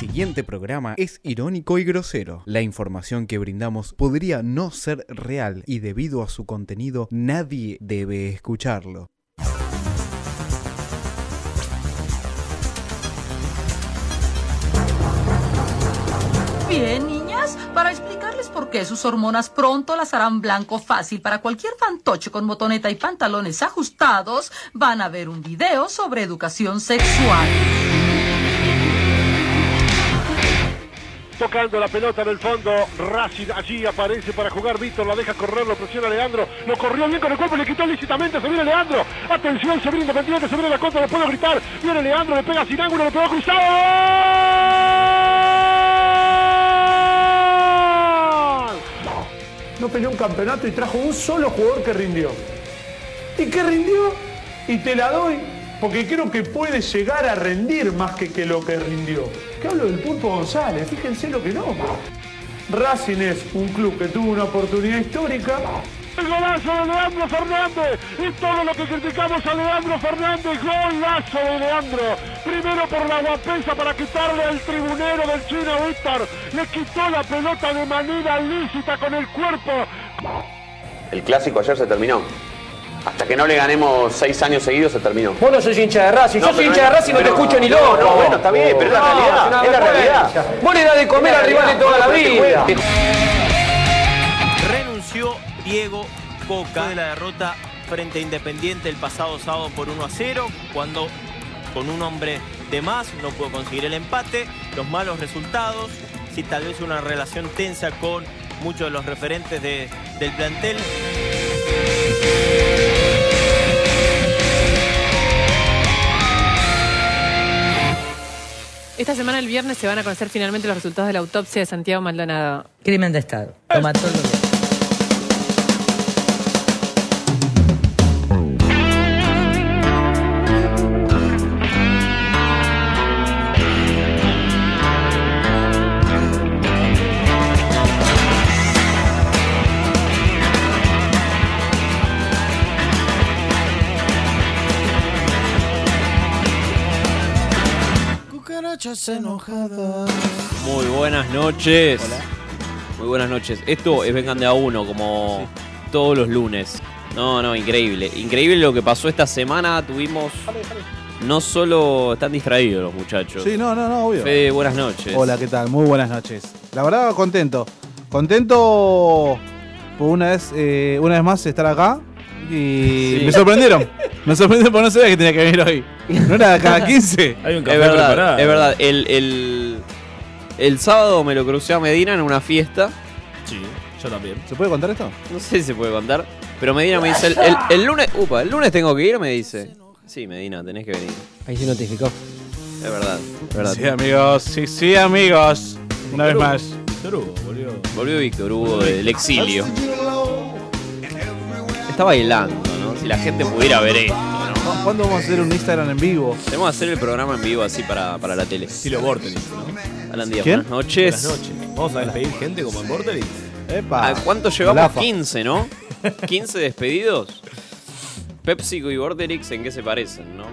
siguiente programa es irónico y grosero. La información que brindamos podría no ser real y debido a su contenido nadie debe escucharlo. Bien, niñas, para explicarles por qué sus hormonas pronto las harán blanco fácil para cualquier fantoche con botoneta y pantalones ajustados, van a ver un video sobre educación sexual. Tocando la pelota en el fondo, Racing allí aparece para jugar. Víctor la deja correr, lo presiona Leandro. Lo corrió bien con el cuerpo, le quitó lícitamente. Se viene Leandro. Atención, se viene Independiente, se viene la contra, lo puedo gritar. Viene Leandro, le pega sin ángulo, le pegó cruzado. no peleó un campeonato y trajo un solo jugador que rindió. ¿Y que rindió? Y te la doy porque creo que puede llegar a rendir más que, que lo que rindió. ¿Qué hablo del Pulpo González? Fíjense lo que no. Racing es un club que tuvo una oportunidad histórica. El golazo de Leandro Fernández. Y todo lo que criticamos a Leandro Fernández. Golazo de Leandro. Primero por la guapesa para quitarle al tribunero del chino Víctor. Le quitó la pelota de manera lícita con el cuerpo. El clásico ayer se terminó. Hasta que no le ganemos seis años seguidos se terminó. Vos no sos hincha de Racing, No, sos pero hincha de no- Racing, no te pero- escucho ni no, loco. no, bueno, está bien, pero es la realidad, es la realidad. Vos le das de comer al rival de toda la vida. Renunció Diego Coca Después de la derrota frente a Independiente el pasado sábado por 1 a 0, cuando con un hombre de más no pudo conseguir el empate, los malos resultados, sí tal vez una relación tensa con muchos de los referentes de- del plantel. Esta semana, el viernes, se van a conocer finalmente los resultados de la autopsia de Santiago Maldonado. Crimen de Estado. Lo mató el gobierno. Muy buenas noches. Muy buenas noches. Esto es Vengan de a uno, como todos los lunes. No, no, increíble. Increíble lo que pasó esta semana. Tuvimos. No solo están distraídos los muchachos. Sí, no, no, no, obvio. Fede, buenas noches. Hola, ¿qué tal? Muy buenas noches. La verdad, contento. Contento por una vez, eh, una vez más estar acá. Y Sí. me sorprendieron. me sorprendieron porque no sabía que tenía que venir hoy. No era cada 15. Hay un Es café verdad, preparado. es verdad. El, el, el sábado me lo crucé a Medina en una fiesta. Sí, yo también. ¿Se puede contar esto? No sé si se puede contar. Pero Medina me dice, el, el- el lunes, upa, el lunes tengo que ir, me dice. Sí, Medina, tenés que venir. Ahí se notificó. Es verdad, es verdad. Sí, amigos. Sí, sí, amigos. Una vez más. Víctor Hugo, boludo. Volvió Víctor Hugo del exilio. Está bailando, ¿no? Si la gente pudiera ver esto, ¿no? ¿Cu- ¿Cuándo vamos a hacer un Instagram en vivo? Debemos hacer el programa en vivo así para, para la tele. Estilo Bortelix, ¿no? Alan Díaz, ¿Quién? buenas noches. Buenas noches. Vamos a despedir gente como en Bortelix. Epa. ¿A cuánto llevamos? Lafa. 15, ¿no? 15 despedidos. PepsiCo y Borderix, ¿en qué se parecen, no?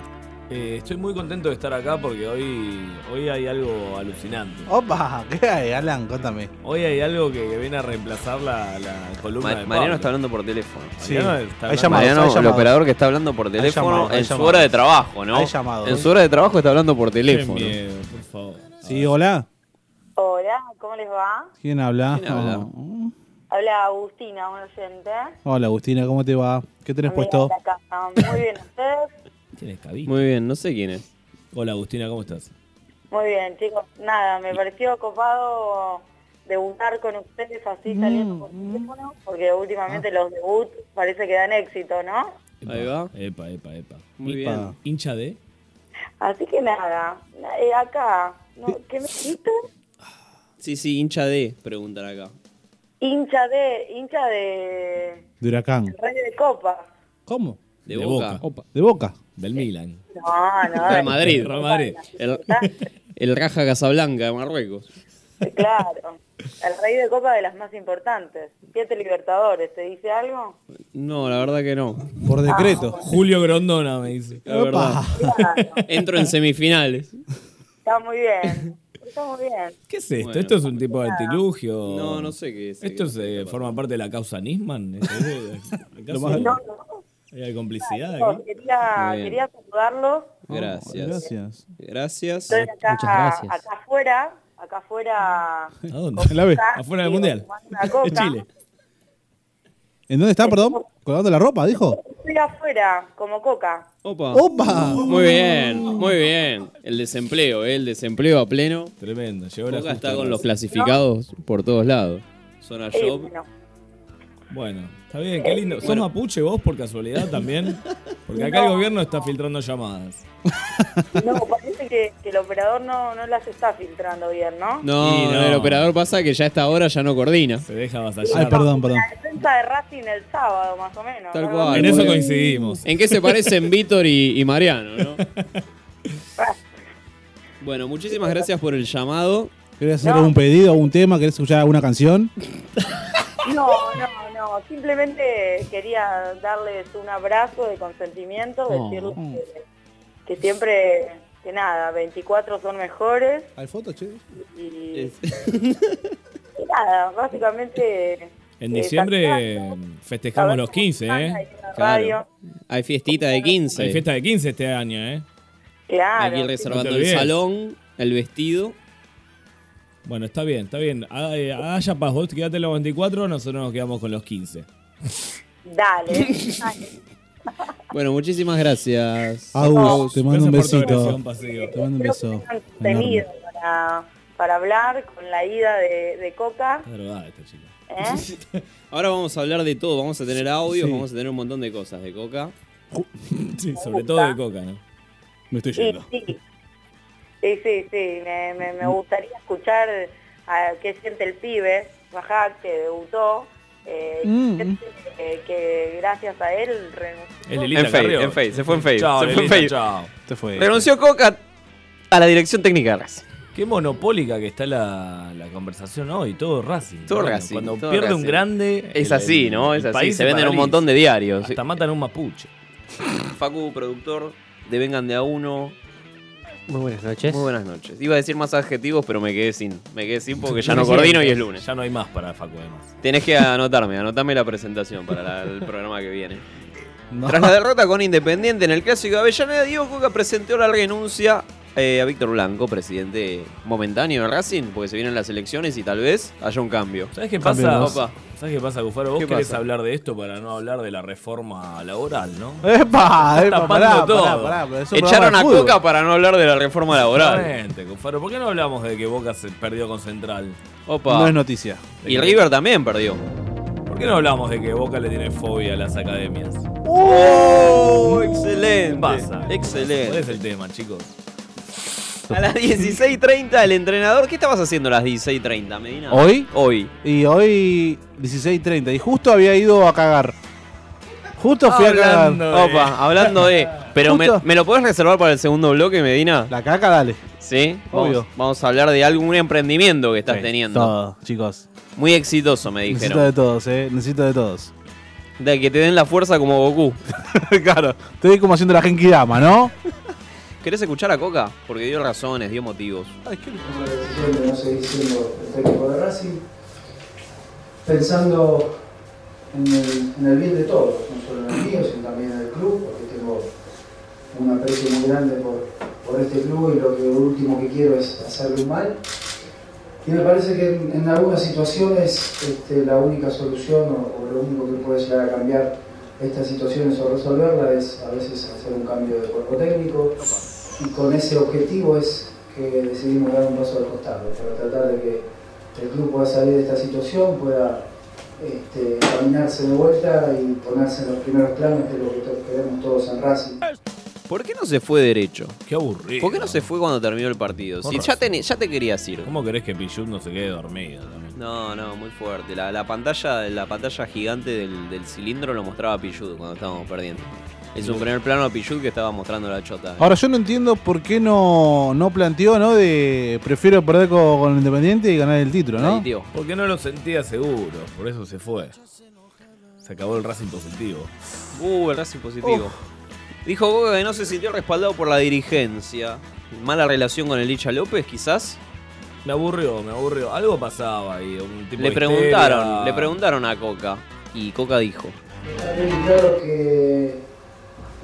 Eh, estoy muy contento de estar acá porque hoy, hoy hay algo alucinante. Opa, ¿qué hay, Alan? Contame. Hoy hay algo que, que viene a reemplazar la, la columna Ma- de Mariano está Pablo. hablando por teléfono. Sí. Mariano está Hay hablando- llamados, Mariano, hay el llamados. operador que está hablando por teléfono llamados, hay en su llamados. hora de trabajo, ¿no? Hay ¿eh? llamados. En su hora de trabajo está hablando por teléfono. Qué miedo, por favor. Sí, hola. Hola, ¿cómo les va? ¿Quién habla? ¿Quién habla? Oh. Habla Agustina, un oyente. Hola, Agustina, ¿cómo te va? ¿Qué tenés puesto? Amiga de la casa. Muy bien, ¿ustedes? Tienes cabina. Muy bien, no sé quién es. Hola Agustina, ¿cómo estás? Muy bien, chicos. Nada, me pareció copado debutar con ustedes Mm, así saliendo por teléfono, porque últimamente Ah. los debut parece que dan éxito, ¿no? Ahí va. Epa, epa, epa. Muy Epa. bien. Hincha de. Así que nada, eh, acá, ¿no? ¿qué me dijiste? Sí, sí, hincha de, preguntar acá. Hincha de, hincha de De huracán. Rey de Copa. ¿Cómo? De Boca. De boca. Del Milan. No, Real no, Madrid. Real Madrid. El, el Raja Casablanca de Marruecos. eh, claro. El Rey de Copa de las más importantes. Siete Libertadores, ¿te dice algo? No, la verdad que no. Por decreto. Ah. Julio Grondona me dice. La verdad. Entro en semifinales. Está muy bien. Está muy bien. ¿Qué es esto? ¿Esto es un tipo de Nada. artilugio? No, no sé qué es. ¿Esto se eh, forma parte de la causa Nisman? No, ¿Acaso no, ¿Hay complicidad no, aquí? quería, Muy bien. Ah, quería saludarlos. Gracias. gracias. Gracias. Estoy acá, acá afuera, acá afuera. ¿A dónde? ¿La ve? ¿Afuera del Mundial? En Chile. ¿En dónde está, perdón? Colgando la ropa, dijo. Estoy afuera, como coca. Opa. ¡Opa! Muy bien, muy bien. El desempleo, ¿eh? el desempleo a pleno. Tremendo. Llegó Boca la justa está con hora. los clasificados por todos lados. Zona Eh, Job. bueno, Bueno, está bien, qué lindo. ¿Sos Bueno. mapuche vos por casualidad también? Porque acá No. el gobierno está filtrando llamadas. no, parece que, que el operador no, no las está filtrando bien, ¿no? No, Y no. el operador pasa que ya a esta hora ya no coordina. Se deja Ay, perdón, perdón. La defensa de Racing el sábado, más o menos. Tal ¿no? cual. En eso boludo. coincidimos. ¿En qué se parecen Víctor y, y Mariano, no? Bueno, muchísimas gracias por el llamado. ¿Querés hacer un pedido, un tema? ¿Querés escuchar alguna canción? No, no, no. Simplemente quería darles un abrazo de consentimiento, Oh. decirles que, que siempre, que nada, 24 son mejores ¿Al foto, che? y, y nada, básicamente... En eh, diciembre festejamos los 15, ¿eh? Radio. Hay fiestita de 15. Hay fiesta de 15 este año, ¿eh? Claro. Hay que ir No reservando te el olvides. salón, el vestido. Bueno, está bien, está bien. Ah, eh, Haya paz, vos quedate en los 24, nosotros nos quedamos con los 15. Dale. dale. Bueno, muchísimas gracias. Agus, te mando un Gracias por tu besito. agresión, Pasivo. Te mando un beso. Tengan contenido para, para hablar con la ida de, de Coca. Está drogada esta chica. ¿eh? Ahora vamos a hablar de todo. Vamos a tener audios, Sí. vamos a tener un montón de cosas de coca. Sí, sobre todo de coca, ¿no? Me estoy Y sí, y sí, sí, me, me- me gustaría escuchar a qué siente el pibe, Rajá, que debutó, eh, Mm. que, siente, eh, que gracias a él renunció. Es Lilita En Face, Carrió. en Face, se fue en Face. Chao, se fue en Lelita, Face. chao. Se fue. Renunció Coca a la dirección técnica de Racing. Qué monopólica que está la, la conversación hoy, todo Racing. Todo Bueno, Racing, Cuando todo pierde un Racing. grande. Es el- así, el- ¿no? el Es así, país se venden un paraliza. montón de diarios. Hasta matan a un mapuche. Facu, productor de Vengan de a uno. Muy buenas noches. Muy buenas noches. Iba a decir más adjetivos, pero me quedé sin. Me quedé sin porque ya no coordino y es lunes. Ya no hay más para Facu, además. Tenés que anotarme, anotame la presentación para la- el programa que viene. No. Tras la derrota con Independiente en el Clásico de Avellaneda, Diego Coca presentó la renuncia eh, a Víctor Blanco, presidente momentáneo de Racing, porque se vienen las elecciones y tal vez haya un cambio. ¿Sabes qué Cambio pasa? de voz. Opa. ¿Sabes qué pasa, Cufaro? Vos ¿Qué querés pasa? hablar de esto para no hablar de la reforma laboral, ¿no? ¡Epa! Está ¡Epa! tapando Pará, todo. pará, pará, pero es un Echaron programa de a fútbol. Coca para no hablar de la reforma laboral. Exactamente, Cufaro. ¿Por qué no hablamos de que Boca se perdió con Central? Opa. No es noticia. Y River también perdió. ¿Por qué no hablamos de que Boca le tiene fobia a las academias? ¡Oh! Mm. Excelente. ¿Qué pasa? ¿Cuál Excelente. es el tema, chicos? A las 16.30 el entrenador. ¿Qué estabas haciendo a las 16.30, Medina? ¿Hoy? Hoy. Y hoy 16.30. Y justo había ido a cagar. Justo fui a Hablando cagar. de- Opa, hablando de. Pero me, Justo. ¿me lo podés reservar para el segundo bloque, Medina? La caca, dale. Sí, vamos, Obvio. vamos a hablar de algún emprendimiento que estás teniendo. Todo, chicos. Muy exitoso, me Necesito dijeron. de todos, eh. Necesito de todos. De que te den la fuerza como Goku. claro. Estoy como haciendo la Genki Dama, ¿no? ¿Querés escuchar a Coca? Porque dio razones, dio motivos. siempre no seguir siendo el técnico de Racing, pensando en el, en el bien de todos, no solo en el mío, sino también en el club, porque tengo un aprecio muy grande por, por este club y lo, que, lo último que quiero es hacerle un mal. Y me parece que en, en algunas situaciones este, la única solución o, o lo único que puede llegar a cambiar estas situaciones o resolverla es a veces hacer un cambio de cuerpo técnico y con ese objetivo es que decidimos dar un paso al costado para tratar de que el club pueda salir de esta situación, pueda este, caminarse de vuelta y ponerse en los primeros planes de lo que to- queremos todos en Racing. ¿Por qué no se fue derecho? Qué aburrido. ¿Por qué no se fue cuando terminó el partido? Con Si ya razón. te, ya te querías ir. ¿Cómo querés que Pichut no se quede dormido también? No, no, muy fuerte. La, la pantalla la pantalla gigante del, del cilindro lo mostraba a Pichud cuando estábamos perdiendo. Es un primer plano a Pichud que estaba mostrando la chota. Ahora, yo no entiendo por qué no, no planteó, ¿no? De prefiero perder con, con Independiente y ganar el título, ¿no? Ahí, tío. Porque no lo sentía seguro, por eso se fue. Se acabó el Racing positivo. Uh, el Racing positivo. Dijo Boca que no se sintió respaldado por la dirigencia. Mala relación con el Licha López, quizás. Me aburrió, me aburrió. Algo pasaba ahí. un tipo Le de preguntaron, histeria. le preguntaron a Coca. Y Coca dijo. Está bien claro que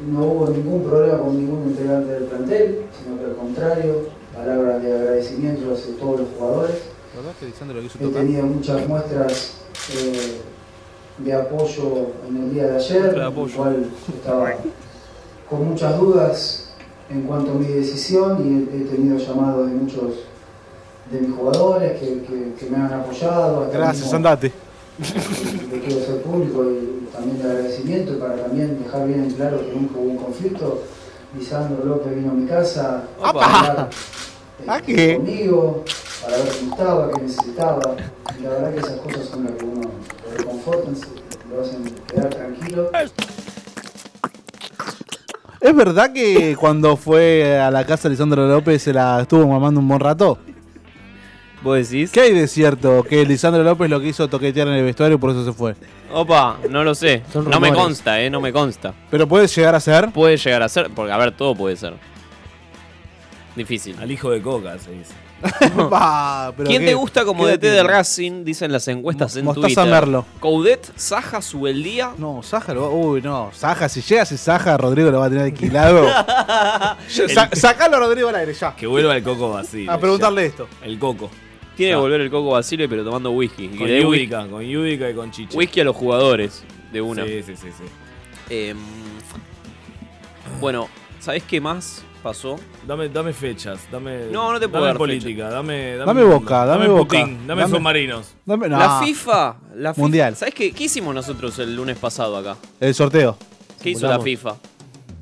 no hubo ningún problema con ningún integrante del plantel, sino que al contrario, palabras de agradecimiento hacia todos los jugadores. ¿Verdad que Lisandro lo hizo He tocar? tenido muchas muestras eh, de apoyo en el día de ayer, De en el cual estaba con muchas dudas en cuanto a mi decisión y he, he tenido llamados de muchos de mis jugadores que, que- que me han apoyado. hasta Gracias, mismo- andate. le quiero ser público y también de agradecimiento y para también dejar bien en claro que nunca hubo un conflicto. Lisandro López vino a mi casa para hablar eh, qué? conmigo, para ver qué gustaba, qué necesitaba. Y la verdad que esas cosas son las que uno lo reconfortan, se- lo hacen quedar tranquilo. ¿Es verdad que cuando fue a la casa de Lisandro López se la estuvo mamando un buen rato? ¿Vos decís? ¿Qué hay de cierto? Que Lisandro López lo quiso toquetear en el vestuario y por eso se fue. Opa, no lo sé. Son No me rumores. consta, eh, no me consta. ¿Pero puede llegar a ser? Puede llegar a ser, porque a ver, todo puede ser. Difícil. Al hijo de Coca se dice. Pa, Ah, pero ¿Quién qué- te gusta como qué edad DT del tiene? Racing? Dicen las encuestas en Mostaza Twitter. Merlo. Coudet, Saja, Subeldía. No, Saja lo Uy, no. Saja, si llega si Saja, Rodrigo lo va a tener alquilado. Ya, sa- sacalo a Rodrigo al aire, ya. Que vuelva el Coco vacío. A preguntarle esto. El Coco. Tiene Ya. que volver el Coco Basile, pero tomando whisky. Y Con le dé whi- Yudica, con Yudica y con Chichi. Whisky a los jugadores, de una. Sí, sí, sí. sí. Em, bueno, ¿sabés qué más pasó? Dame, dame fechas, dame. No, no te puedo Dame dar política, dame, Dame Boca, dame Boca. Putin, dame, Dame- submarinos. dame- no. La FIFA. La FIFA. Mundial. ¿Sabés qué, qué hicimos nosotros el lunes pasado acá? El sorteo. ¿Qué hizo la FIFA?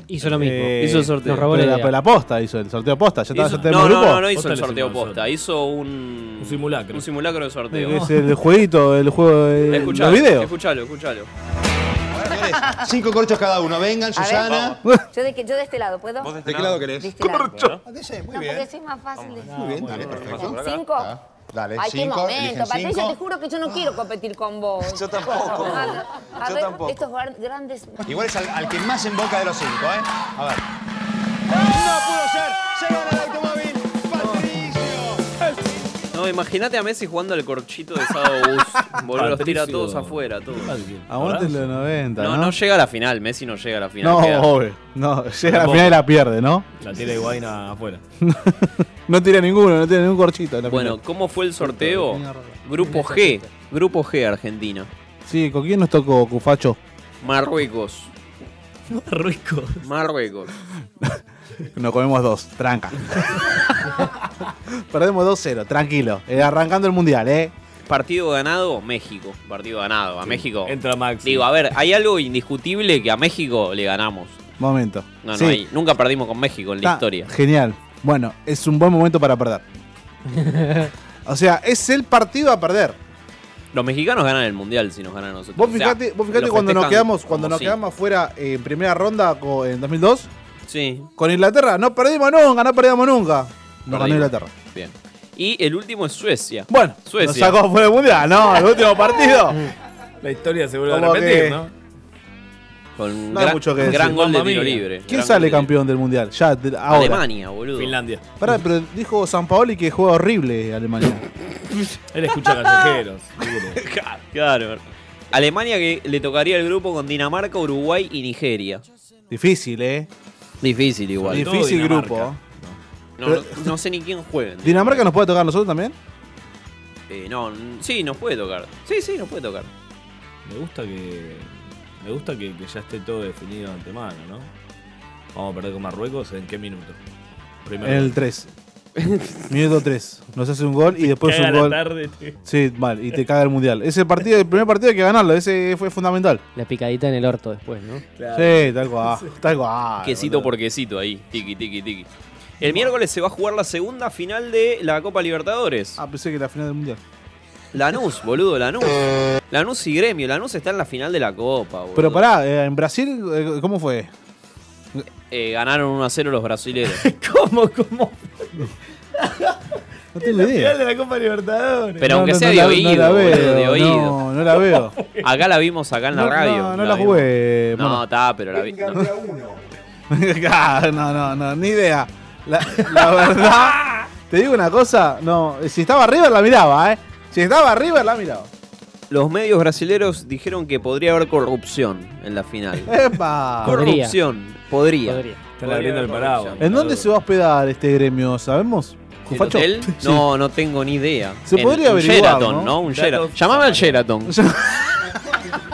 Hizo lo mismo. Eh, hizo el sorteo. pero la, pero la posta hizo el sorteo posta. Ya, está, Hizo- ya tenemos no, no, grupo. no, no hizo el Posta le sorteo hicimos posta. Hizo un, un simulacro. Un simulacro de sorteo. Es el jueguito, el juego de Escuchalo, los videos. escuchalo, escuchalo. Cinco corchos cada uno. Vengan, A ver. Susana. Yo de, que, yo de este lado, ¿puedo? ¿Vos de este ¿De qué lado? lado querés? De este lado. Corcho. No, muy bien. porque así es más fácil de Muy bien, dale, perfecto. ¿Son cinco? Dale, Ay, qué cinco, momento, eligen Patricia, cinco. te juro que yo no quiero competir con vos. Yo tampoco. A Yo ver, tampoco. estos gar- grandes... Igual es al, al que más en boca de los cinco, ¿eh? A ver. No pudo ser. Se gana el automóvil. No, imagínate a Messi jugando al corchito de Sado Bus. Boludo, los tira a todos afuera, todos. Aguante los 90. No, No, no llega a la final, Messi no llega a la final. No, queda. obvio. No, llega a la Tampoco. final y la pierde, ¿no? La tira de Guaina afuera. No tira ninguno, no tira ningún corchito. en la Bueno, final. ¿cómo fue el sorteo? Grupo G, Grupo G Argentina. Sí, ¿con quién nos tocó, Cufacho? Marruecos. Marruecos. Marruecos. Nos comemos dos, tranca. Perdemos 2-0, tranquilo. Eh, arrancando el mundial, ¿eh? Partido ganado, México. Partido ganado, a México. Entra Max. Digo, a ver, hay algo indiscutible que a México le ganamos. Momento. No, no Sí. hay. Nunca perdimos con México en la Está historia. Genial. Bueno, es un buen momento para perder. o sea, es el partido a perder. Los mexicanos ganan el mundial si nos ganan a nosotros. Vos O sea, fijate, vos fijate lo cuando nos festejan quedamos, cuando como nos si. quedamos afuera eh, en primera ronda co- en 2002 Sí. con Inglaterra. No perdimos nunca, no perdíamos nunca. Nos ganó Perdimos. Inglaterra. Bien. Y el último es Suecia. Bueno, Suecia. nos sacó fuera del mundial. No, el último partido. La historia se vuelve a Como repetir, que- ¿no? Con No hay gran, mucho que gran decir. gol de Mamma tiro mia. libre. ¿Quién Gran sale gol de- campeón del mundial? Ya, de- ahora. Alemania, boludo. Finlandia. Pará, pero dijo San Paoli que juega horrible Alemania. Él escucha callejeros. seguro. Claro. Alemania que le tocaría el grupo con Dinamarca, Uruguay y Nigeria. Difícil, ¿eh? Difícil igual. Difícil grupo. No, Pero- no- no sé ni quién juega. en ¿Dinamarca nos puede tocar a nosotros también? Eh, no, n- sí, nos puede tocar. Sí, sí, nos puede tocar. Me gusta que. Me gusta que, que ya esté todo definido de antemano, ¿no? Vamos a perder con Marruecos en qué minuto. Primero. En el 3. Minuto 3. Nos hace un gol y después caga un la gol. tarde, tío. sí, mal, y te caga el mundial. Ese partido, el primer partido hay que ganarlo, ese fue fundamental. La picadita en el orto después, ¿no? Sí, tal cual. Tal cual. quesito por quesito ahí. Tiki, tiki, tiki. El miércoles se va a jugar la segunda final de la Copa Libertadores. Ah, pensé que la final del mundial. Lanús, boludo, Lanús. Lanús y Gremio. Lanús está en la final de la Copa, boludo. Pero pará, eh, en Brasil, eh, ¿cómo fue? Eh, ganaron 1 a 0 los brasileños. No tengo idea. de la Copa Libertadores. No, Pero aunque no, sea no de la- oído, no la boludo, veo, de oído. no, no la veo. Acá la vimos acá en la No, radio. no, no la vimos. jugué, No, mono. está, pero la vi. no. Ah, no, no, no, ni idea. La, la verdad, Te digo una cosa, no, si estaba River la miraba, ¿eh? Si estaba River la miraba. Los medios brasileros dijeron que podría haber corrupción en la final. ¡Epa! Corrupción. Podría. Están abriendo el ¿En dónde se va a hospedar este gremio? ¿Sabemos? ¿El ¿Cufacho? hotel? Sí. No, no tengo ni idea. Se En- podría un averiguar, Sheraton, ¿no? ¿no? Un Sheraton. Llamame al Sheraton.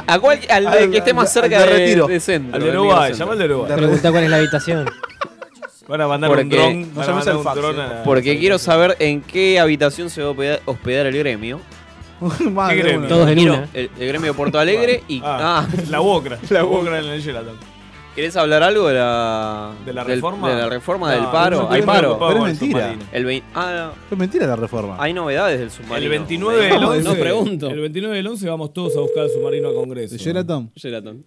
A cual- al de que esté más cerca de, de centro. Al del de Uruguay, microcentro. llama al de Uruguay. Pregunta cuál es la habitación. Van a mandar Porque- un dron. No Van a llames mandar al un fax, dron a- Porque quiero saber en qué habitación se va a hospedar- hospedar el gremio. Más de uno. Quiero El, el gremio de Porto Alegre y. Ah, la Wokra. La Wokra en el Sheraton. ¿Querés hablar algo de la, ¿De la del- reforma? de la reforma No, del paro? no, Hay no, paro. no, Pero es mentira. El vein- ah, Es mentira la no, reforma. Hay novedades del submarino. El 29 del No, 11. No pregunto. El 29 del 11 vamos todos a buscar al submarino a Congreso. Sheraton? Sheraton.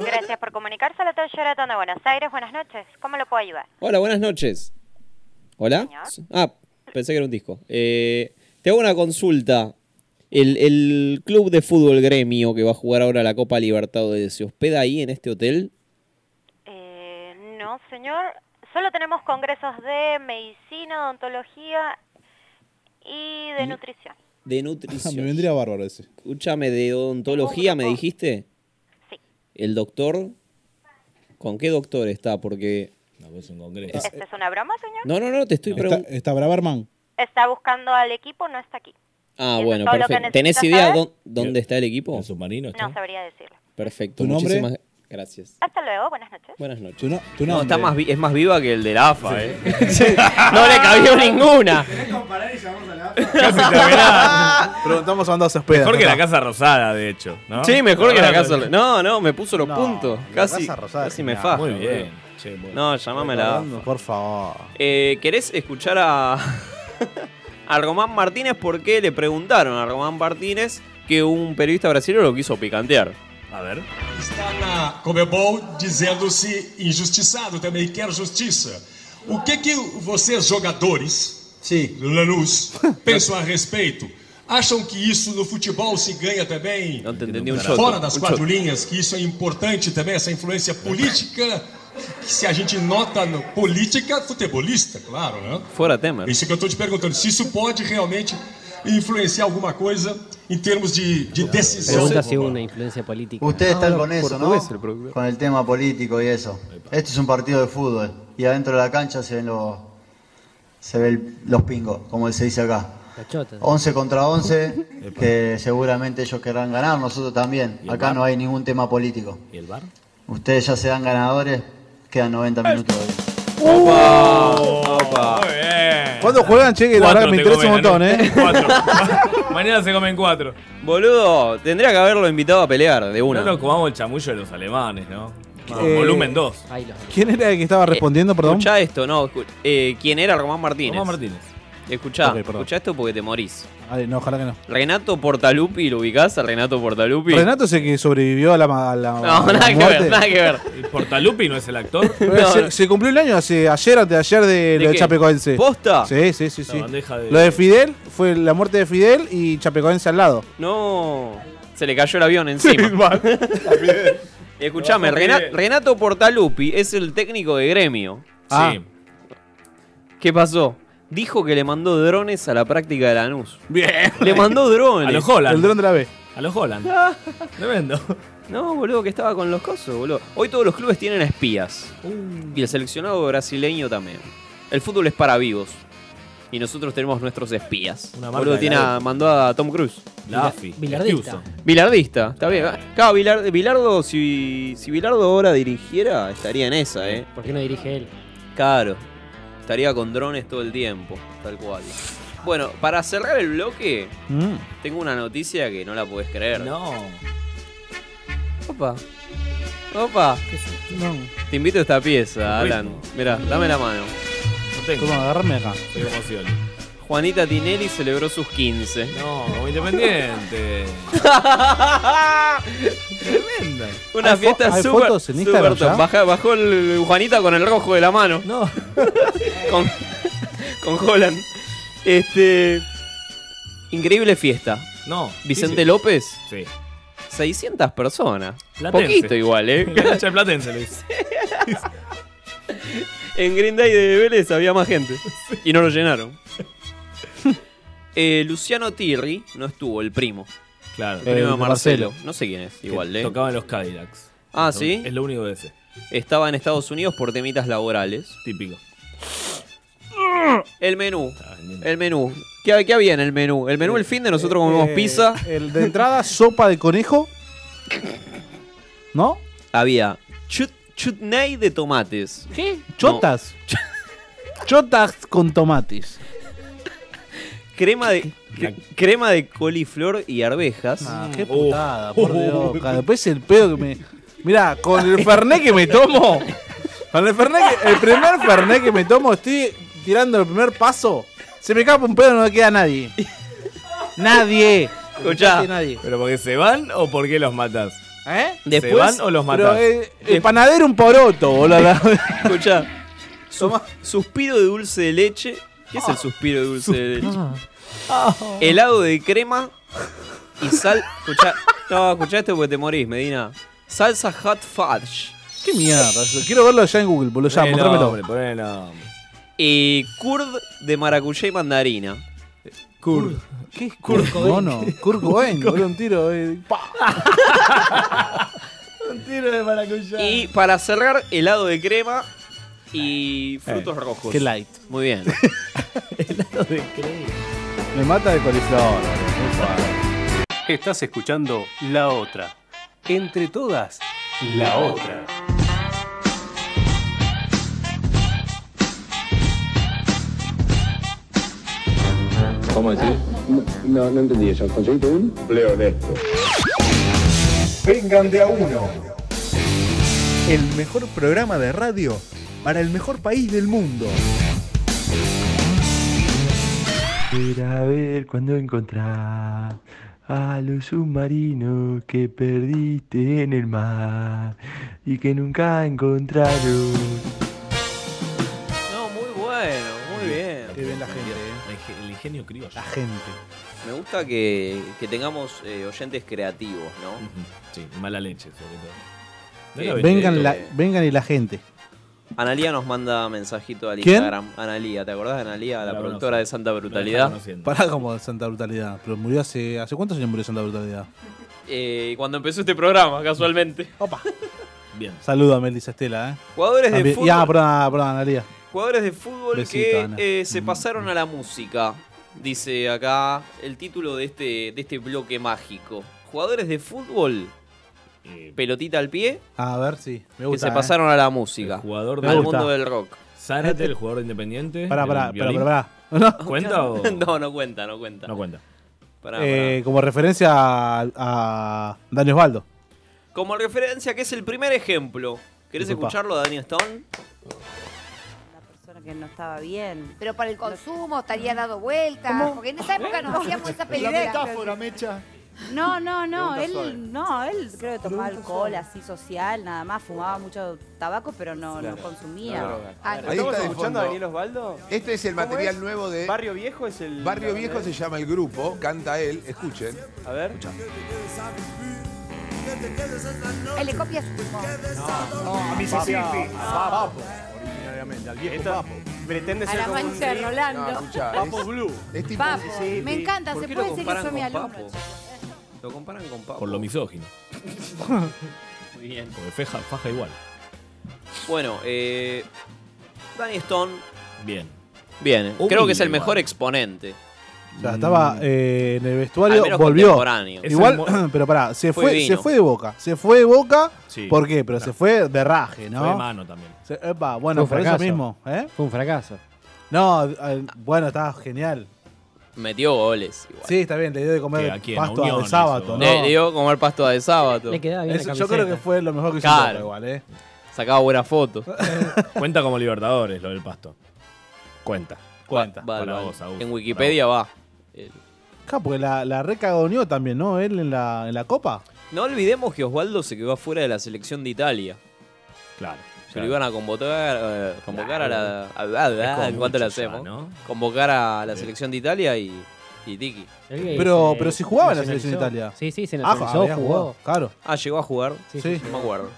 Gracias por comunicarse al Hotel Sheraton de Buenos Aires. Buenas noches. ¿Cómo lo puedo ayudar? Hola, buenas noches. ¿Hola? Ah, pensé que era un disco. Eh, te hago una consulta. El, el club de fútbol gremio que va a jugar ahora la Copa Libertadores, ¿se hospeda ahí en este hotel? Eh, no, señor. Solo tenemos congresos de medicina, odontología y de nutrición. Ah, De me nutrición. vendría bárbaro ese. Escúchame, de odontología me dijiste. Sí. ¿El doctor? ¿Con qué doctor está? Porque... No, pues es un congreso. ¿Esta es una broma, señor? No, no, no, te estoy Está, preguntando. está Braverman. Está buscando al equipo, no está aquí. Ah, Eso bueno, es todo lo que perfecto. ¿Tenés necesitas idea saber. dó- dónde está el equipo? ¿El submarino No sabría decirlo. Perfecto, ¿Tu nombre? muchísimas gracias. Hasta luego, buenas noches. Buenas noches. tu no, nombre. está más vi- es más viva que el del AFA, ¿eh? no le cabió ninguna. Preguntamos a dónde se hospeda. Mejor que la Casa Rosada, de hecho. ¿no? Sí, mejor que la casa. No, no, me puso los puntos. la Casi, Casa Rosada, casi me genial. faja. Muy bien. boludo. Che, bueno. No, llamame a la AFA. Por favor. Eh, ¿Querés escuchar a, a Román Martínez? Porque le preguntaron a Román Martínez que un periodista brasileño lo quiso picantear. A ver. Está na Comebol dizendo-se injustiçado, também quer justiça. O que que vocês jogadores, sim, Lanús, pensam a respeito? Acham que isso no futebol se ganha também? Entendí un choto. Fora das un quatro choto. linhas, que isso é importante também, essa influência política, que se a gente nota no, política futebolista, claro, né? Fuera tema. Isso que eu estou te perguntando, se isso pode realmente influenciar alguma coisa em termos de, de decisão. Pregunta si hubo una influencia política. Ustedes están Ah, con eso, ¿no? portugués el productor. con el tema político y eso. Este es un partido de fútbol y adentro de la cancha se ven los, se ven los pingos, como se dice acá. La chota. 11 contra 11, que seguramente ellos querrán ganar, nosotros también. Acá no hay ningún tema político. ¿Y el bar? Ustedes ya sean ganadores, quedan 90 minutos. Muy bien. ¿Cuándo juegan, che? Que la Cuatro verdad que me te interesa comen, un montón, ¿eh? Cuatro. Mañana se comen cuatro. Boludo, tendría que haberlo invitado a pelear de No una. nos comamos el chamullo de los alemanes, ¿no? No, Eh, volumen 2. ¿Quién era el que Eh, estaba respondiendo, perdón? Escuchá esto, no. escu- eh, ¿Quién era Román Martínez? Román Martínez. Escuchá, Ok, perdón. escuchá esto porque te morís. Ay, Ah, no, ojalá que no. Renato Portalupi, ¿lo ubicás a Renato Portalupi? Renato es el que sobrevivió a la, ma- a la- No, a la nada que muerte. ver, nada que ver. Portalupi no es el actor. Pero se, se cumplió el año hace ayer, antes de ayer de, lo de qué? Chapecoense. ¿Posta? Sí, sí, sí. sí. bandeja de- Lo de Fidel fue la muerte de Fidel y Chapecoense al lado. No. Se le cayó el avión encima. Escuchame, Lo bajó Rena- Fidel. Renato Portalupi es el técnico de gremio. Ah. Sí. ¿Qué pasó? Dijo que le mandó drones a la práctica de Lanús. Bien. Le mandó drones. A los Holland. El dron de la B. A los Holland. Tremendo. No, boludo, que estaba con los cosos, boludo. Hoy todos los clubes tienen espías. Uh. Y el seleccionado brasileño también. El fútbol es para vivos. Y nosotros tenemos nuestros espías. Una marca boludo, de E. tiene a- Gael. mandó a Tom Cruise. La AFI. Bilardista. Houston. Bilardista, está bien. Claro, Bilar- Bilardo, si, si Bilardo ahora dirigiera, estaría en esa, ¿eh? ¿Por qué no dirige él? Claro. Estaría con drones todo el tiempo, tal cual. Bueno, para cerrar el bloque, Mm. tengo una noticia que no la podés creer. No. Opa. Opa. No. Te invito a esta pieza, Ritmo. Alan. Mirá, dame la mano. No tengo. ¿Cómo agarrarme acá? Soy emoción. Juanita Tinelli celebró sus 15. No, como independiente. Tremendo. Una ¿Hay fo- fiesta hay súper. fotos en súper Instagram top. ya? Baja- bajó el Juanita con el rojo de la mano. No. con, con Holland. Este. Increíble fiesta. No. Vicente sí, sí. López. Sí. 600 personas. Platense. Poquito igual, ¿eh? La cancha de Platense le dice. En Green Day de Vélez había más gente. Y no lo llenaron. Eh, Luciano Tirri no estuvo, el primo. Claro. Eh, El primo El de de Marcelo. Eh, Marcelo. No sé quién es, Que igual. ¿eh? tocaba en los Cadillacs. Ah, Es lo- ¿sí? es lo único que sé. Estaba en Estados Unidos por temitas laborales. Típico. El menú. El menú. ¿Qué, qué había en el menú? El menú el fin de nosotros comimos Eh, pizza. El de entrada, sopa de conejo. ¿No? Había chut, chutney de tomates. ¿Qué? Chotas. Chotas con tomates. Crema de, cre- crema de coliflor y arvejas. Ah, Mm. qué putada, por Dios, cara. Después el pedo que me. Mirá, con el Fernet que me tomo. Con el Fernet que- el primer Fernet que me tomo, estoy tirando el primer paso. Se me escapa un pedo, no me queda nadie. Nadie. Escuchá. No queda nadie. ¿Pero porque se van o porque los matas? ¿Eh? ¿Se van o los matas? Pero, eh, el panadero un poroto, boludo. Escucha. Suspiro de dulce de leche. ¿Qué es el Ah. suspiro de dulce de leche? Ah. Helado de crema y sal. Escuchá. No, escuchá esto porque te morís, Medina. Salsa hot fudge. ¿Qué mierda? eso? Quiero verlo ya en Google, boludo. Ya, Poné el mostrámelo. nombre, Y curd de maracuyá y mandarina. Curd. ¿Qué es Kurt Mono. Kurt Cobain, boludo, un tiro. eh, pa. Un tiro de maracuyá. Y para cerrar, helado de crema y frutos rojos. Eh, Qué light. Muy bien. helado de Me mata de coliflor. Estás escuchando La Otra. Entre todas, La Otra. ¿Cómo decís? No, no entendí eso. ¿Conseguiste un? Empleo honesto. Vengan de a uno. El mejor programa de radio para el mejor país del mundo. Espera a ver cuando encontrás a los submarinos que perdiste en el mar y que nunca encontraron. No, muy bueno, muy bien. Qué bien la gente, ¿eh? El ingenio criollo. La gente. Me gusta que, que tengamos eh, oyentes creativos, ¿no? Sí, mala leche, sobre todo. Eh, Vengan, eh, la, vengan y la gente. Analía nos manda mensajito al ¿Quién? Instagram. Analía, ¿te acordás de Analía, la, La productora conozco. de Santa Brutalidad? Pará como de Santa Brutalidad. Pero murió hace. ¿Hace cuántos años murió Santa Brutalidad? Eh, cuando empezó este programa, casualmente. Opa. Bien. Saludo a Melissa Estela, eh. Jugadores de También- fútbol. Ya, perdón, ah, perdón, Analia. Jugadores de fútbol Besito, Ana. que eh, se pasaron a la música. Dice acá el título de este, de este bloque mágico. Jugadores de fútbol. Eh. Pelotita al pie. A ver, sí. Me gusta. que se eh. pasaron a la música. jugador Me al gusta. mundo del rock. Zárate, el jugador de Independiente. Pará, el pará, violín. pará, pará, pará. ¿Cuenta o...? No, no cuenta, no cuenta. No cuenta. Pará, Eh, como referencia a, a Dani Osvaldo. Como referencia, que es el primer ejemplo. ¿Querés Disculpa. escucharlo, Dani Stone? que no estaba bien. Pero para el consumo estaría dado vueltas. Porque en esa época nos hacíamos esa película. mecha. No, no, no, Pregunta él, suave. no, él creo que tomaba Pregunta alcohol suave. así social, nada más, fumaba mucho tabaco, pero no, no Claro. consumía. La droga. Ah, Ahí no. está de escuchando a fondo. Daniel Osvaldo? Este es el ¿Cómo material es? nuevo de. Barrio Viejo es el. Barrio Viejo se llama el grupo, canta él, escuchen. A ver. Ahí le copias. a mi Papo. Mississippi. A Papo, originariamente, al viejo Papo. Pretende A ser la como un- mancha de Rolando. No, escuchá, Papo es- Blue. Es tipo Papo, Sí, me sí. encanta, ¿Por se qué puede lo decir que comparan son mi con alumno. Lo comparan con Pablo. Por lo misógino. Muy bien. Porque feja- faja igual. Bueno, eh, Danny Stone. Bien. Bien, Humilde creo que es el igual. mejor exponente. O sea, estaba eh, en el vestuario, Al menos volvió. contemporáneo. Es el Igual, mo- pero pará, se Fue fue, divino. se fue de boca. Se fue de boca. Sí, ¿Por qué? Pero se fue de raje, ¿no? Fue de mano también. Se- epa, bueno, Fue por un eso fracaso. mismo. ¿eh? Fue un fracaso. No, eh, bueno, estaba genial. Metió goles. Igual. Sí, está bien, le dio de ¿Qué, comer a quién? ¿A pasto Unión de sábado, eso? ¿no? Le, le dio comer pasto de sábado. Le quedaba bien la Eso yo camiseta. creo que fue lo mejor que hizo Claro. Boca igual, ¿eh? Sacaba buenas fotos. Cuenta como Libertadores lo del pasto. Cuenta. Cuenta. Va- Para va- vos, Agus, en Wikipedia va. Eh, Claro, porque la, la recagoneó también, ¿no? Él en la, en la copa. No olvidemos que Osvaldo se quedó afuera de la selección de Italia. Claro. Se claro. lo iban a convocar, eh, convocar a la. A, a- Es como en cuanto mucho lo ya, hacemos. ¿no? Convocar a la selección de Italia y, y Tiki. Pero, pero si jugaba en la selección de Italia. Ah, había jugado, Claro. Ah, llegó a jugar. Sí, sí, sí. No me acuerdo.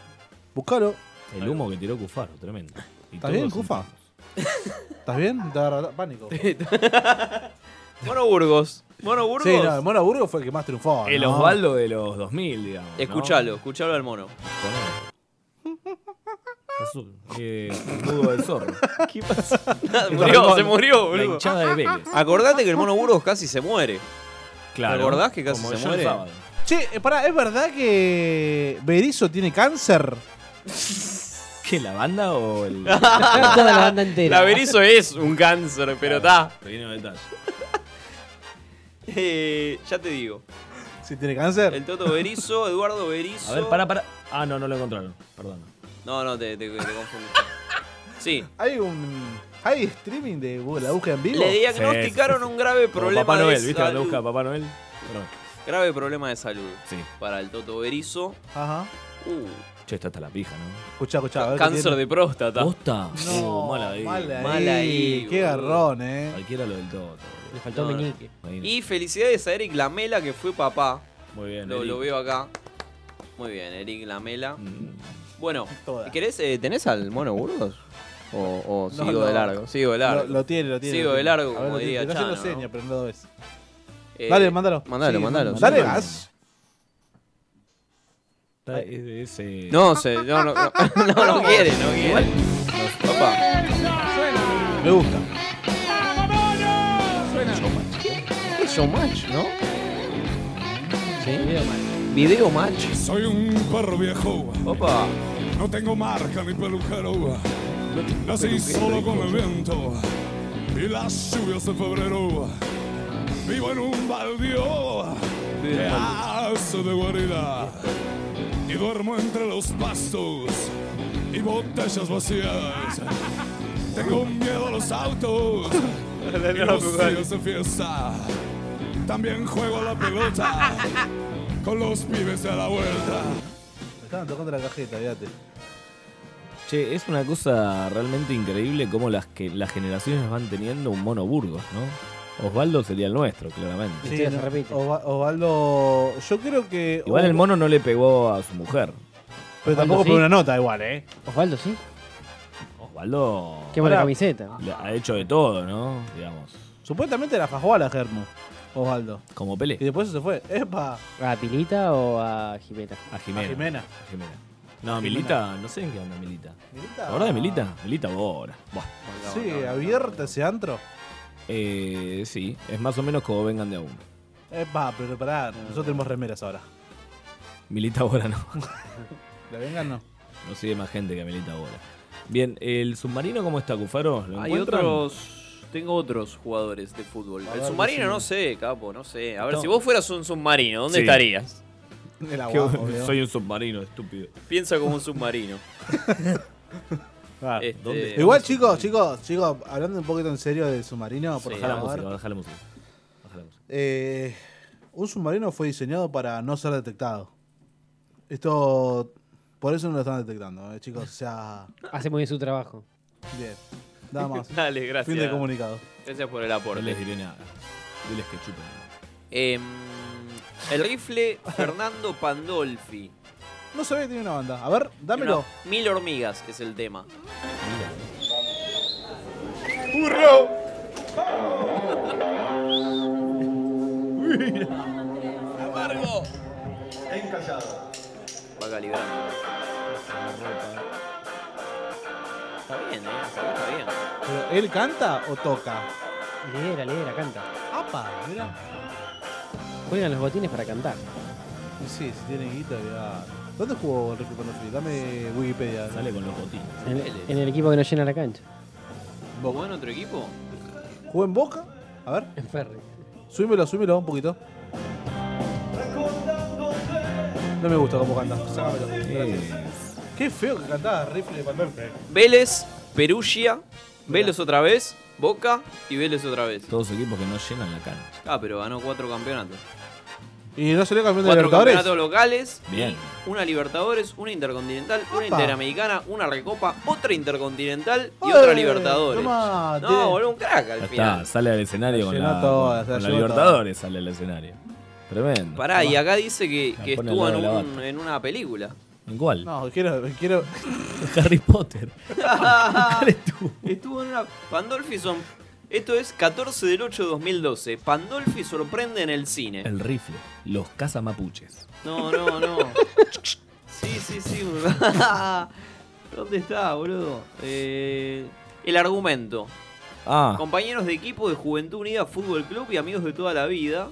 Buscalo. El humo que tiró Cufaro, tremendo. ¿Estás bien, todos Cufa? ¿Estás bien? Te agarra pánico. Mono Burgos. Mono Burgos. Sí, no, el Mono Burgos fue el que más triunfó. El ¿no? Osvaldo de los 2000, digamos. ¿no? Escuchalo, escuchalo al mono. Azul. Eh, escudo del zorro. ¿Qué pasa? murió, se murió, La boludo. hinchada de Vélez. Acordate que el mono Burgos casi se muere. Claro. ¿Te acordás que casi Como se yo el muere? sábado. Che, eh, pará, ¿es verdad que Berizo tiene cáncer? ¿Qué, la banda o el...? Toda la banda entera. La Berizo es un cáncer, pero está. Pequeño detalle. Eh, ya te digo. ¿Sí tiene cáncer? El Toto Berizo, Eduardo Berizo. A ver, pará, pará. Ah, no, no lo encontraron. Perdón. No, no, te, te, te confundí. Sí. Hay un. ¿Hay streaming de bu- la búsqueda en vivo? Le diagnosticaron un grave Como problema Papá Noel, de ¿viste? salud. Cuando busca a Papá Noel. Perdón. Grave problema de salud. Para el Toto Berizo. Ajá. Uh, Che, está hasta la pija, ¿no? Escuchá, escuchá. a ver qué cáncer tiene. de próstata. ¿Posta? No, Uh, mala ahí. mal ahí. Mal ahí, Qué boludo. garrón, eh. Cualquiera lo del todo. Le No, no. Y felicidades a Eric Lamela que fue papá. Muy bien, Lo, Eric. Mm. lo veo acá. Muy bien, Eric Lamela. Bueno, Toda. ¿querés, eh, ¿tenés al mono Burgos? O, o No, sigo no. de largo, sigo de largo. Lo, lo tiene, lo tiene. Sigo lo de tiene. largo, A ver, como lo tiene. diría Está haciendo Chano, ¿no? señas, pero no lo ves. Eh, dale, mándalo. Mandalo, Sí, mandalo. Dale, mandalo. gas. Está- es eh, de ese- No, se, no, no, no, no, no quiere, no quiere. Papá, Me gusta. ¿qué es match, no? Video mal. Video match. Soy un perro viejo. Opa. No tengo marca ni peluquero. Nací solo con el viento y las lluvias de febrero. Vivo en un baldío de hace de guarida y duermo entre los pastos y botellas vacías. Tengo miedo a los autos y los días de fiesta. También juego a la pelota con los pibes a la vuelta. Me estaban tocando la cajeta, fíjate. Che, es una cosa realmente increíble cómo las, que, las generaciones van teniendo un mono Burgos, ¿no? Osvaldo sería el nuestro, claramente. este Sí, no, Ova- Osvaldo. Yo creo que. Igual el mono no le pegó a su mujer. Pero tampoco por una nota, igual, eh. Osvaldo, sí. Osvaldo Qué buena Pará. camiseta. le ha hecho de todo, ¿no? Digamos, Supuestamente la fajó a la Germo, Osvaldo. como Y Pelé. después se fue. ¡Epa! ¿A Pilita o a Jimena? A Jimena. A Jimena. A Jimena. No, Milita, no sé en qué onda Milita. Milita. ¿La verdad de Milita? Milita Bora. Buah. Sí, abierta ese antro. Eh, sí, es más o menos como vengan de a uno. Epa, pero pará, nosotros tenemos remeras ahora. Milita Bora no. ¿La vengan no? No sigue más gente que Milita Bora. Bien, ¿el submarino cómo está, Cufaro? ¿Lo Hay encuentran? otros. Tengo otros jugadores de fútbol. A El ver, submarino decime. no sé, capo, no sé. A ver, No. si vos fueras un submarino, ¿dónde Sí. estarías? El Qué agua, bueno, obvio. Soy un submarino, estúpido. Piensa como un submarino. Ah, Este, ¿dónde? Igual, chicos, chicos, chicos, hablando un poquito en serio del submarino, por Sí, Baja la favor. música, baja la música. Baja la música. Eh, un submarino fue diseñado para no ser detectado. Esto. Por eso no lo están detectando, eh, chicos. O sea. Hace muy bien su trabajo. Bien. Nada más. Dale, gracias. Fin de comunicado. Gracias por el No les aporte. diré nada. ah, Diles que chupen. Em, el rifle Fernando Pandolfi. No sabía que tenía una banda. A ver, dámelo. Una- mil hormigas es el tema. ¡Amargo! Encallado. Va calibrando. Está bien, eh. Está bien. Pero, ¿Él canta o toca? Lidera, lidera, canta. ¡Apa! Mira. Juegan los botines para cantar. Y Sí, si tiene guita, mirá. ¿Dónde jugó el Ricky Panofri? Dame Wikipedia. Sale con los botines. En, en el equipo que no llena la cancha. ¿Jugó en otro equipo? ¿Jugó en Boca? A ver. En Ferry. Súbimelo, súbimelo un poquito. No me gusta cómo canta. Sácamelo. Gracias. Qué feo que cantaba Rifle Van Perfect. Vélez, Perugia, Vélez otra vez, Boca y Vélez otra vez. Todos equipos que no llenan la cancha. Ah, pero ganó cuatro campeonatos. ¿Y no salió campeón de Cuatro Libertadores? campeonatos locales, Bien. una Libertadores, una Intercontinental, Opa. una Interamericana, una Recopa, otra Intercontinental y ¡Eh! otra Libertadores. Tomá, tiene- No, boludo, un crack Ya al está, final. sale al escenario con Llenó la, todas, con- la con la llenó Libertadores, sale al escenario. Tremendo. Pará, y acá dice que, La que pone estuvo al en, lado de la un- en una película. ¿En cuál? No, quiero. quiero... Harry Potter. estuvo? en una. Pandolfi son. Esto es 14 del 8 de 2012. Pandolfi sorprende en el cine. El rifle. Los cazamapuches. No, no, no. Sí, sí, sí. ¿Dónde está, boludo? Eh, el argumento. Ah, Compañeros de equipo de Juventud Unida Fútbol Club y amigos de toda la vida.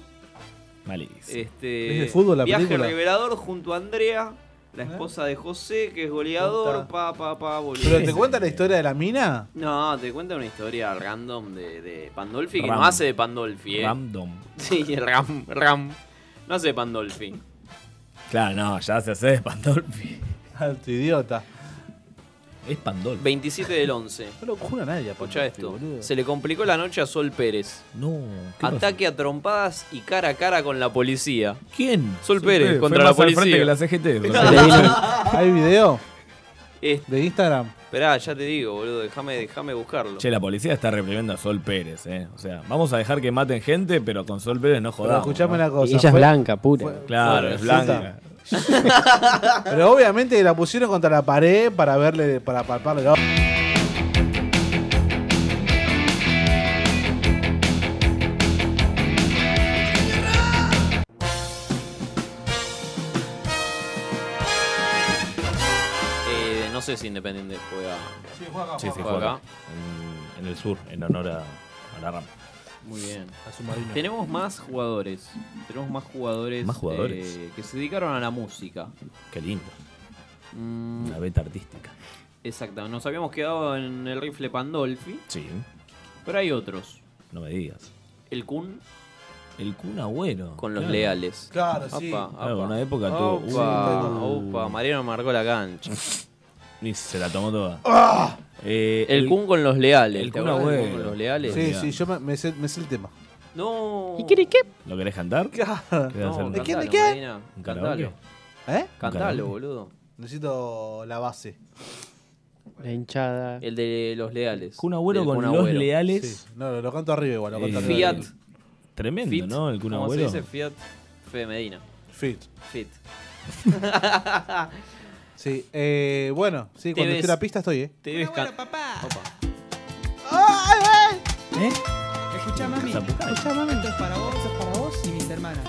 malísimo. Este, ¿Es de fútbol la Viaje película? revelador junto a Andrea, la esposa de José, que es goleador. Pa, pa, pa, boludo. ¿Pero te cuenta la historia de la mina? No, te cuenta una historia random de, de Pandolfi que Ram. no hace de Pandolfi, eh. Random. Sí, Ram, Ram. No hace de Pandolfi. Claro, no, ya se hace de Pandolfi. Alto idiota. Es Pandolfi. 27 del 11. No lo jura nadie, Escucha esto. Se le complicó la noche a Sol Pérez. No. ¿qué pasó? Ataque a trompadas y cara a cara con la policía. ¿Quién? Sol, Pérez, Fue contra la más al policía. frente que la CGT. Se le vino- ¿Hay video? ¿De Instagram? Eh, Esperá, ya te digo, boludo. Déjame déjame buscarlo. Che, la policía está reprimiendo a Sol Pérez, ¿eh? O sea, vamos a dejar que maten gente, pero con Sol Pérez no jodamos. escuchame ¿no? una cosa, Y ella es blanca, pura. Claro, fue- es blanca. Pero obviamente la pusieron contra la pared para verle, para palparle la. Eh, no sé si Independiente juega. Sí, sí, Juega juega. acá. En, en el sur, en honor a, a la rama. Muy bien. A submarino. Tenemos más jugadores. Tenemos más jugadores. Más jugadores. eh, que se dedicaron a la música. Qué lindo. Mm, Una beta artística. exacto. Nos habíamos quedado en el rifle Pandolfi. Sí, Pero hay otros. no me digas. El Kun El Kun Agüero. con los claro. leales. Claro, sí. Apa, Claro, apa. una época tuvo- Opa, Uh. opa, Mariano marcó la cancha. Ni se la tomó toda. ¡Ah! Eh, El Kun con los leales. El ¿te Kun acordás del Agüero. Kun con los leales? Sí, sí, yo me, me sé, me sé el tema. No. ¿Lo querés cantar? Claro. ¿Querés hacer- No, ¿De quién, de cantalo, quién? Medina, ¿Un karaoke? Cantalo. ¿Eh? Cantalo, karaoke? boludo. Necesito la base. La hinchada. El de los leales. Kun Agüero Del con Kun los Agüero. leales. No, lo, lo canto arriba igual, lo canto Eh, arriba. Fiat. Tremendo, Fit, ¿no? El Kun ¿cómo Agüero. se dice Fiat? Fe Medina. Fit. Fit. Sí, eh, bueno, sí, Te cuando esté ves- la pista estoy, ¿eh? Te ves can- Escuchá, mami. Zapucay. Escuchá, mami. Esto es para vos, esto es para vos y mis hermanas.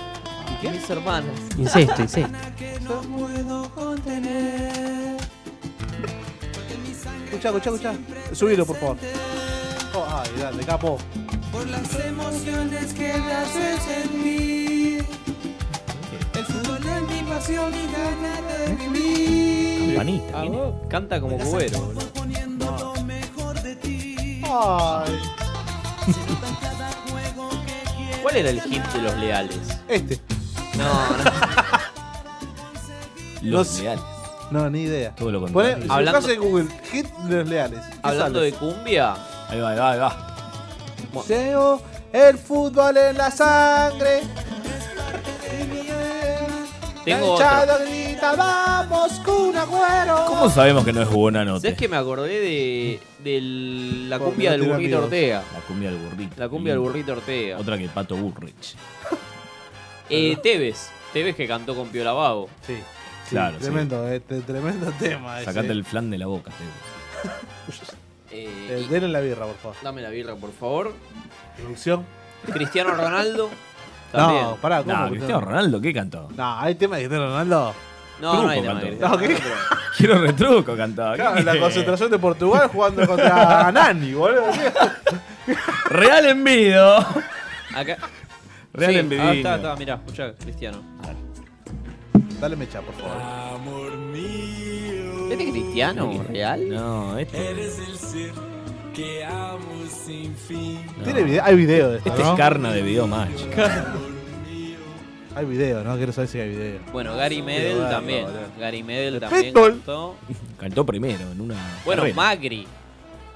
¿Y qué? Mis hermanas. Incesto, incesto. Que no puedo contener. Porque mi sangre Escucha, escucha, escucha. Subilo, por favor. Oh, ay, dale, capo. por las emociones que te hace sentir. El fútbol es mi pasión y gana de vivir. Campanita. A ¿quién es? vos. Canta como cubero. Voy poniendo lo mejor de ti. Ay. ¿Cuál era el hit de los leales? Este. No, no. Los sé. leales. No, ni idea. Todo lo Poné, contrario. Hablando- hablando de Google, hit de los leales. ¿Qué Hablando sale? de cumbia, Ahí va, ahí va, ahí va. Llevo el fútbol en la sangre. Tengo La hinchada otra. grita, vamos, Kun Agüero. ¿Cómo sabemos que no es buena nota? ¿sabes que me acordé de, de la Porque cumbia no del tiene burrito amigos. Ortega? La cumbia del burrito. La cumbia del burrito Ortega. Otra que Pato Burrich. Eh, Tevez. Tevez que cantó con Piola Vago. Sí, sí, Claro, sí. tremendo, este, tremendo tema. ese. Sacate el flan de la boca, Tevez. Eh, Eh, y- denle la birra, por favor. Dame la birra, por favor. Producción. Cristiano Ronaldo. También. No, pará, ¿cómo? No, Cristiano Ronaldo, ¿qué cantó? No, hay tema de Cristiano Ronaldo. No, no hay Truco tema. No, de Cristiano cantó. ¿qué? Ronaldo, pero- Quiero retruco cantaba. Claro, ¿qué? la concentración de Portugal jugando contra Nani, boludo. Real envido. Acá. Real sí, envidino. Ah, está, está, mirá, escuchá, Cristiano. Dale mecha, por favor. ¿Este Cristiano? ¿Real? No, este, ¿Tiene video? Hay video de esto, este ¿no? es carna de video match. Hay video, ¿no? Quiero saber si hay video. Bueno, Gary Medel Boludo, también. boludo. Gary Medel también Pitbull. cantó. Cantó primero en una. Bueno, carrera. Macri.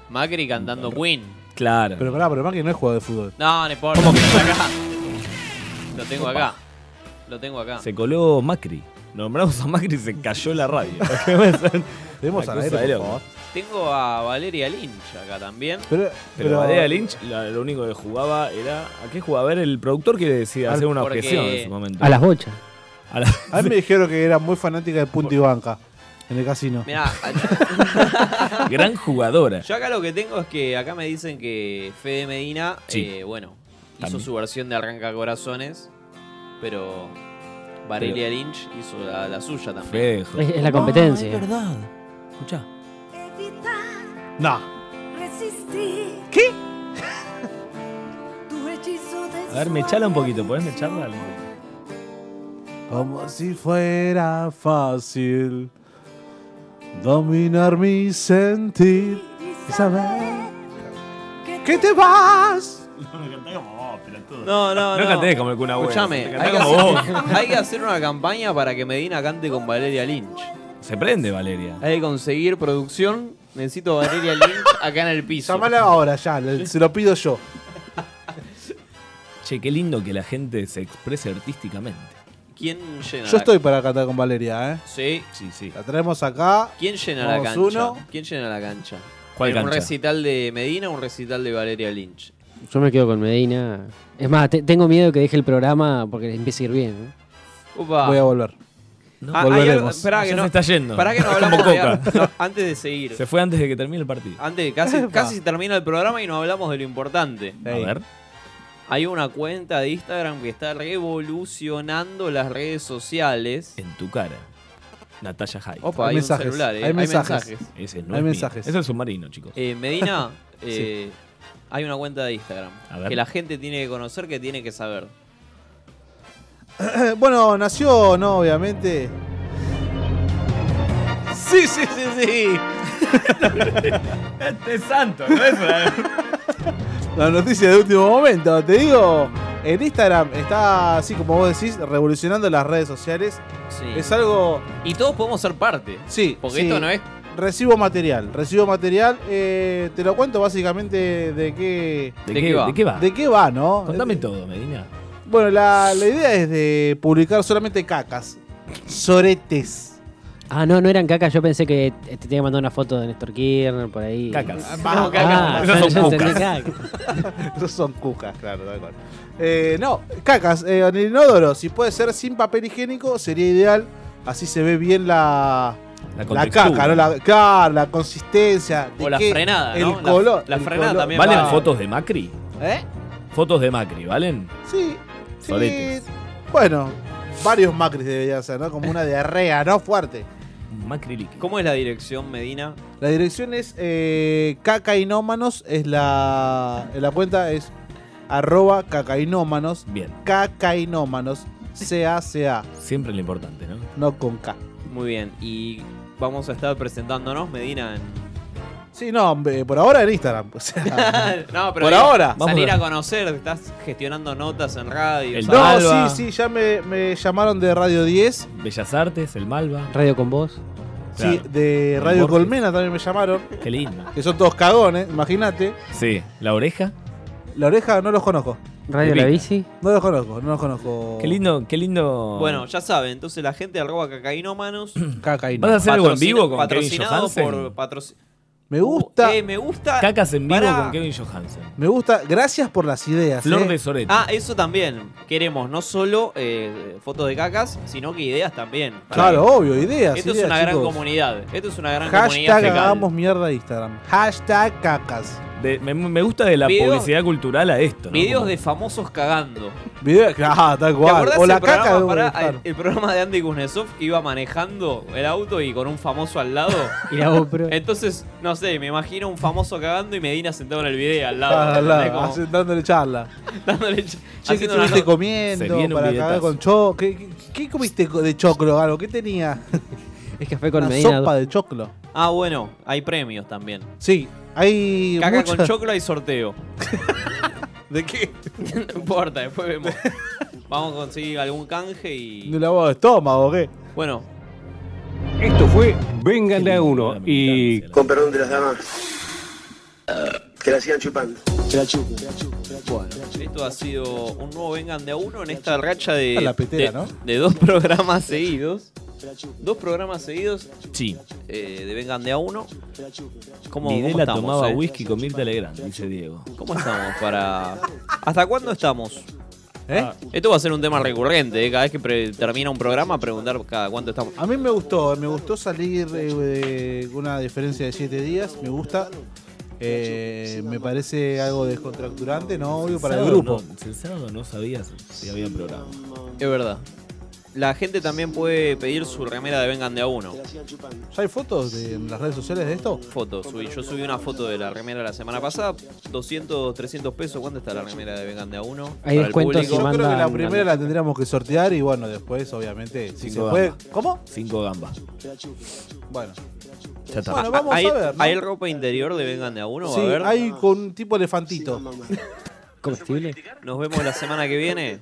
Macri cantando Queen. Claro. Pero pará, pero Macri no es jugador de fútbol. No, no importa. Lo tengo acá. Lo tengo acá. Lo tengo acá. Se coló Macri. Nombramos a Macri y se cayó la radio. ¿Qué va a ser? Tenemos Una a cosa Gaeta, de por loco. favor. Tengo a Valeria Lynch acá también. Pero, Pero, Badea Lynch la- lo único que jugaba era. ¿A qué jugaba? Era el productor que decía Al- hacer una porque- objeción en su momento. A las bochas. A la- A mí me dijeron que era muy fanática de punto y banca. en el casino. Mirá, Gran jugadora. Yo acá lo que tengo es que acá me dicen que Fede Medina, Sí. eh, bueno, hizo También. su versión de Arranca Corazones, pero Varelia Pero- Lynch hizo la, la suya también. Fede, jo- Es- es la competencia. Ah, es verdad. Escuchá. No. Resistí ¿Qué? tu hechizo de A ver, me echala un poquito, ¿podés me echarla? Como si fuera fácil dominar mi sentir y saber que te vas. No, no, no. No canté como el Kun Agüero, Escuchame, te hay, cantás que como hacer- hay que hacer una campaña para que Medina cante con Valeria Lynch. Se prende, Valeria. Hay que conseguir producción. Necesito a Valeria Lynch acá en el piso. Llamala ahora ya, le- se lo pido yo. Che, qué lindo que la gente se exprese artísticamente. ¿Quién llena? Yo la- estoy para cantar con Valeria, ¿eh? Sí. Sí, sí. La traemos acá. ¿Quién llena la Vamos cancha? uno. ¿Quién llena la cancha? ¿Cuál ¿En Eh, ¿Un cancha? recital de Medina o un recital de Valeria Lynch? Yo me quedo con Medina. Es más, te- tengo miedo que deje el programa porque le empiece a ir bien. ¿eh? Upa. Voy a volver. Ah, hay algo- esperá que Ya no- se está yendo. Esperá que no Es hablamos como de- Coca. no, antes de seguir. Se fue antes de que termine el partido. Antes, casi, casi termina el programa y nos hablamos de lo importante. A ver. Hay una cuenta de Instagram que está revolucionando las redes sociales. En tu cara. Natalia Hyde. Opa, hay, un celular, eh. Hay mensajes. Ese no Hay es mío. mensajes. Ese es el submarino, chicos. Eh, Medina, Sí. eh, hay una cuenta de Instagram A ver. que la gente tiene que conocer, que tiene que saber. bueno, nació o no, obviamente. Sí, sí, sí, sí. este es santo, ¿no es? La noticia de último momento, te digo. En Instagram está así como vos decís, revolucionando las redes sociales. Sí. Es algo. Y todos podemos ser parte. Sí. Porque sí. esto no es. Recibo material, recibo material. eh, te lo cuento básicamente de qué. ¿De qué va? ¿De qué va? ¿De qué va, no? Eh, Contame todo, Medina. Bueno, la, la idea es de publicar solamente cacas. Soretes. Ah, no, no eran cacas. Yo pensé que te tenía que mandar una foto de Néstor Kirchner por ahí. Cacas. Ah, No, cacas. ah, Esas son yo entendí cucas. cacas. Esos son cucas, claro, tal cual. Eh, no, cacas, eh, en el inodoro. Si puede ser sin papel higiénico, sería ideal. Así se ve bien la. La La contextura. caca, ¿no? La, claro, la consistencia. de O la qué- frenada, El ¿no? La- color. la el frenada color. también ¿Valen va. fotos de Macri? ¿Eh? Fotos de Macri, ¿valen? Sí. sí. Soretes. Bueno, varios macris debería ser, ¿no? Como una diarrea, ¿no? Fuerte. Macri líquido. ¿Cómo es la dirección, Medina? La dirección es eh, cacainómanos, es la, la cuenta es arroba cacainómanos, Bien. cacainómanos, C-A-C-A, Siempre lo importante, ¿no? no con K. Muy bien. Y vamos a estar presentándonos, Medina. en- Sí, no, hombre, por ahora en Instagram. o sea. no, pero Ah, Por digo, ahora. Salir Vamos a- a conocer, estás gestionando notas en radio. no, ¿sabes? sí, sí, ya me, me llamaron de Radio 10, Bellas Artes, el Malva. Radio con vos. sí, Claro. de Radio Borges. Colmena también me llamaron, Qué lindo. que son todos cagones, imagínate. Sí, la oreja. La oreja no los conozco, Radio Pepita. La Bici. no los conozco, no los conozco. Qué lindo, qué lindo. Bueno, ya saben, entonces la gente arroba cacainómanos. ¿Vas a Cacainómanos. hacer algo en patrocina- vivo con Kevin patrocinado Johansen? Ah, por patroci- Me gusta, Eh, me gusta. Cacas en vivo Pará. con Kevin Johansen. me gusta, gracias por las ideas. Flor eh. de Sorete. Ah, eso también. Queremos no solo eh, fotos de cacas, sino que ideas también. Para Claro, obvio, ideas. Esto es ideas, una gran chicos. comunidad. Esto es una gran comunidad Hashtag fecal. hagamos mierda de Instagram. Hashtag cacas. De- me, me gusta de la Videos- publicidad cultural a esto, ¿no? Videos Como- de famosos cagando. Video, ah, tal ¿Te cual. acordás O la el caca de programa, un pará, el, militar. el programa de Andy Kuznetsov que iba manejando el auto y con un famoso al lado? Y la GoPro. Entonces, no sé, me imagino un famoso cagando y Medina sentado en el video al lado. Ah, al ¿entendés? lado, Como hace- dándole charla. dándole ch- Che, ¿qué haciendo una estuviste no- Se comiendo? viene un Para cagar billetazo. con choclo. ¿Qué, qué, qué comiste co- de choclo, algo? ¿Qué tenía? Es café con Una Medina. sopa de choclo. Ah, bueno, hay premios también. Sí, hay Caca con muchas- choclo hay sorteo. ¿De qué? no importa, después vemos. Vamos a conseguir algún canje y. ¿De lavado de estómago o qué? Bueno, Esto fue Vengan a uno y Con perdón de las damas. Que la sigan chupando. Que la chupen. esto ha sido un nuevo Vengan de a uno en esta racha de, Ah, la petera, de, ¿no? de dos programas seguidos. Dos programas seguidos Sí. eh, de Vengan de a uno. ¿Cómo, cómo Videla estamos, tomaba eh? whisky con Mirta Legrand, dice Diego. ¿Cómo estamos para.? ¿Hasta cuándo estamos? Ah. Esto va a ser un tema recurrente, eh, cada vez que pre- termina un programa preguntar cada cuánto estamos. A mí me gustó, me gustó salir eh, eh, una diferencia de 7 días, me gusta. Eh, me parece algo descontracturante, ¿no? Obvio para el sábado grupo. No, el sábado no sabías si había programa. Es verdad. La gente también puede pedir su remera de Vengan de a uno. ¿Ya hay fotos de- en las redes sociales de esto? Foto, subí- yo subí una foto de la remera la semana pasada. 200, 300 pesos. ¿Cuánto está la remera de Vengan de a uno? Para el público. Yo creo que la primera la tendríamos que sortear y bueno, después, obviamente, si se Cinco puede. gambas. ¿Cómo? Cinco gambas. Bueno. Ya está. Bueno, vamos ¿Hay, a ver. ¿no? ¿Hay ropa interior de Vengan de a uno? Va sí, a ver. hay con un tipo elefantito. Nos vemos la semana que viene.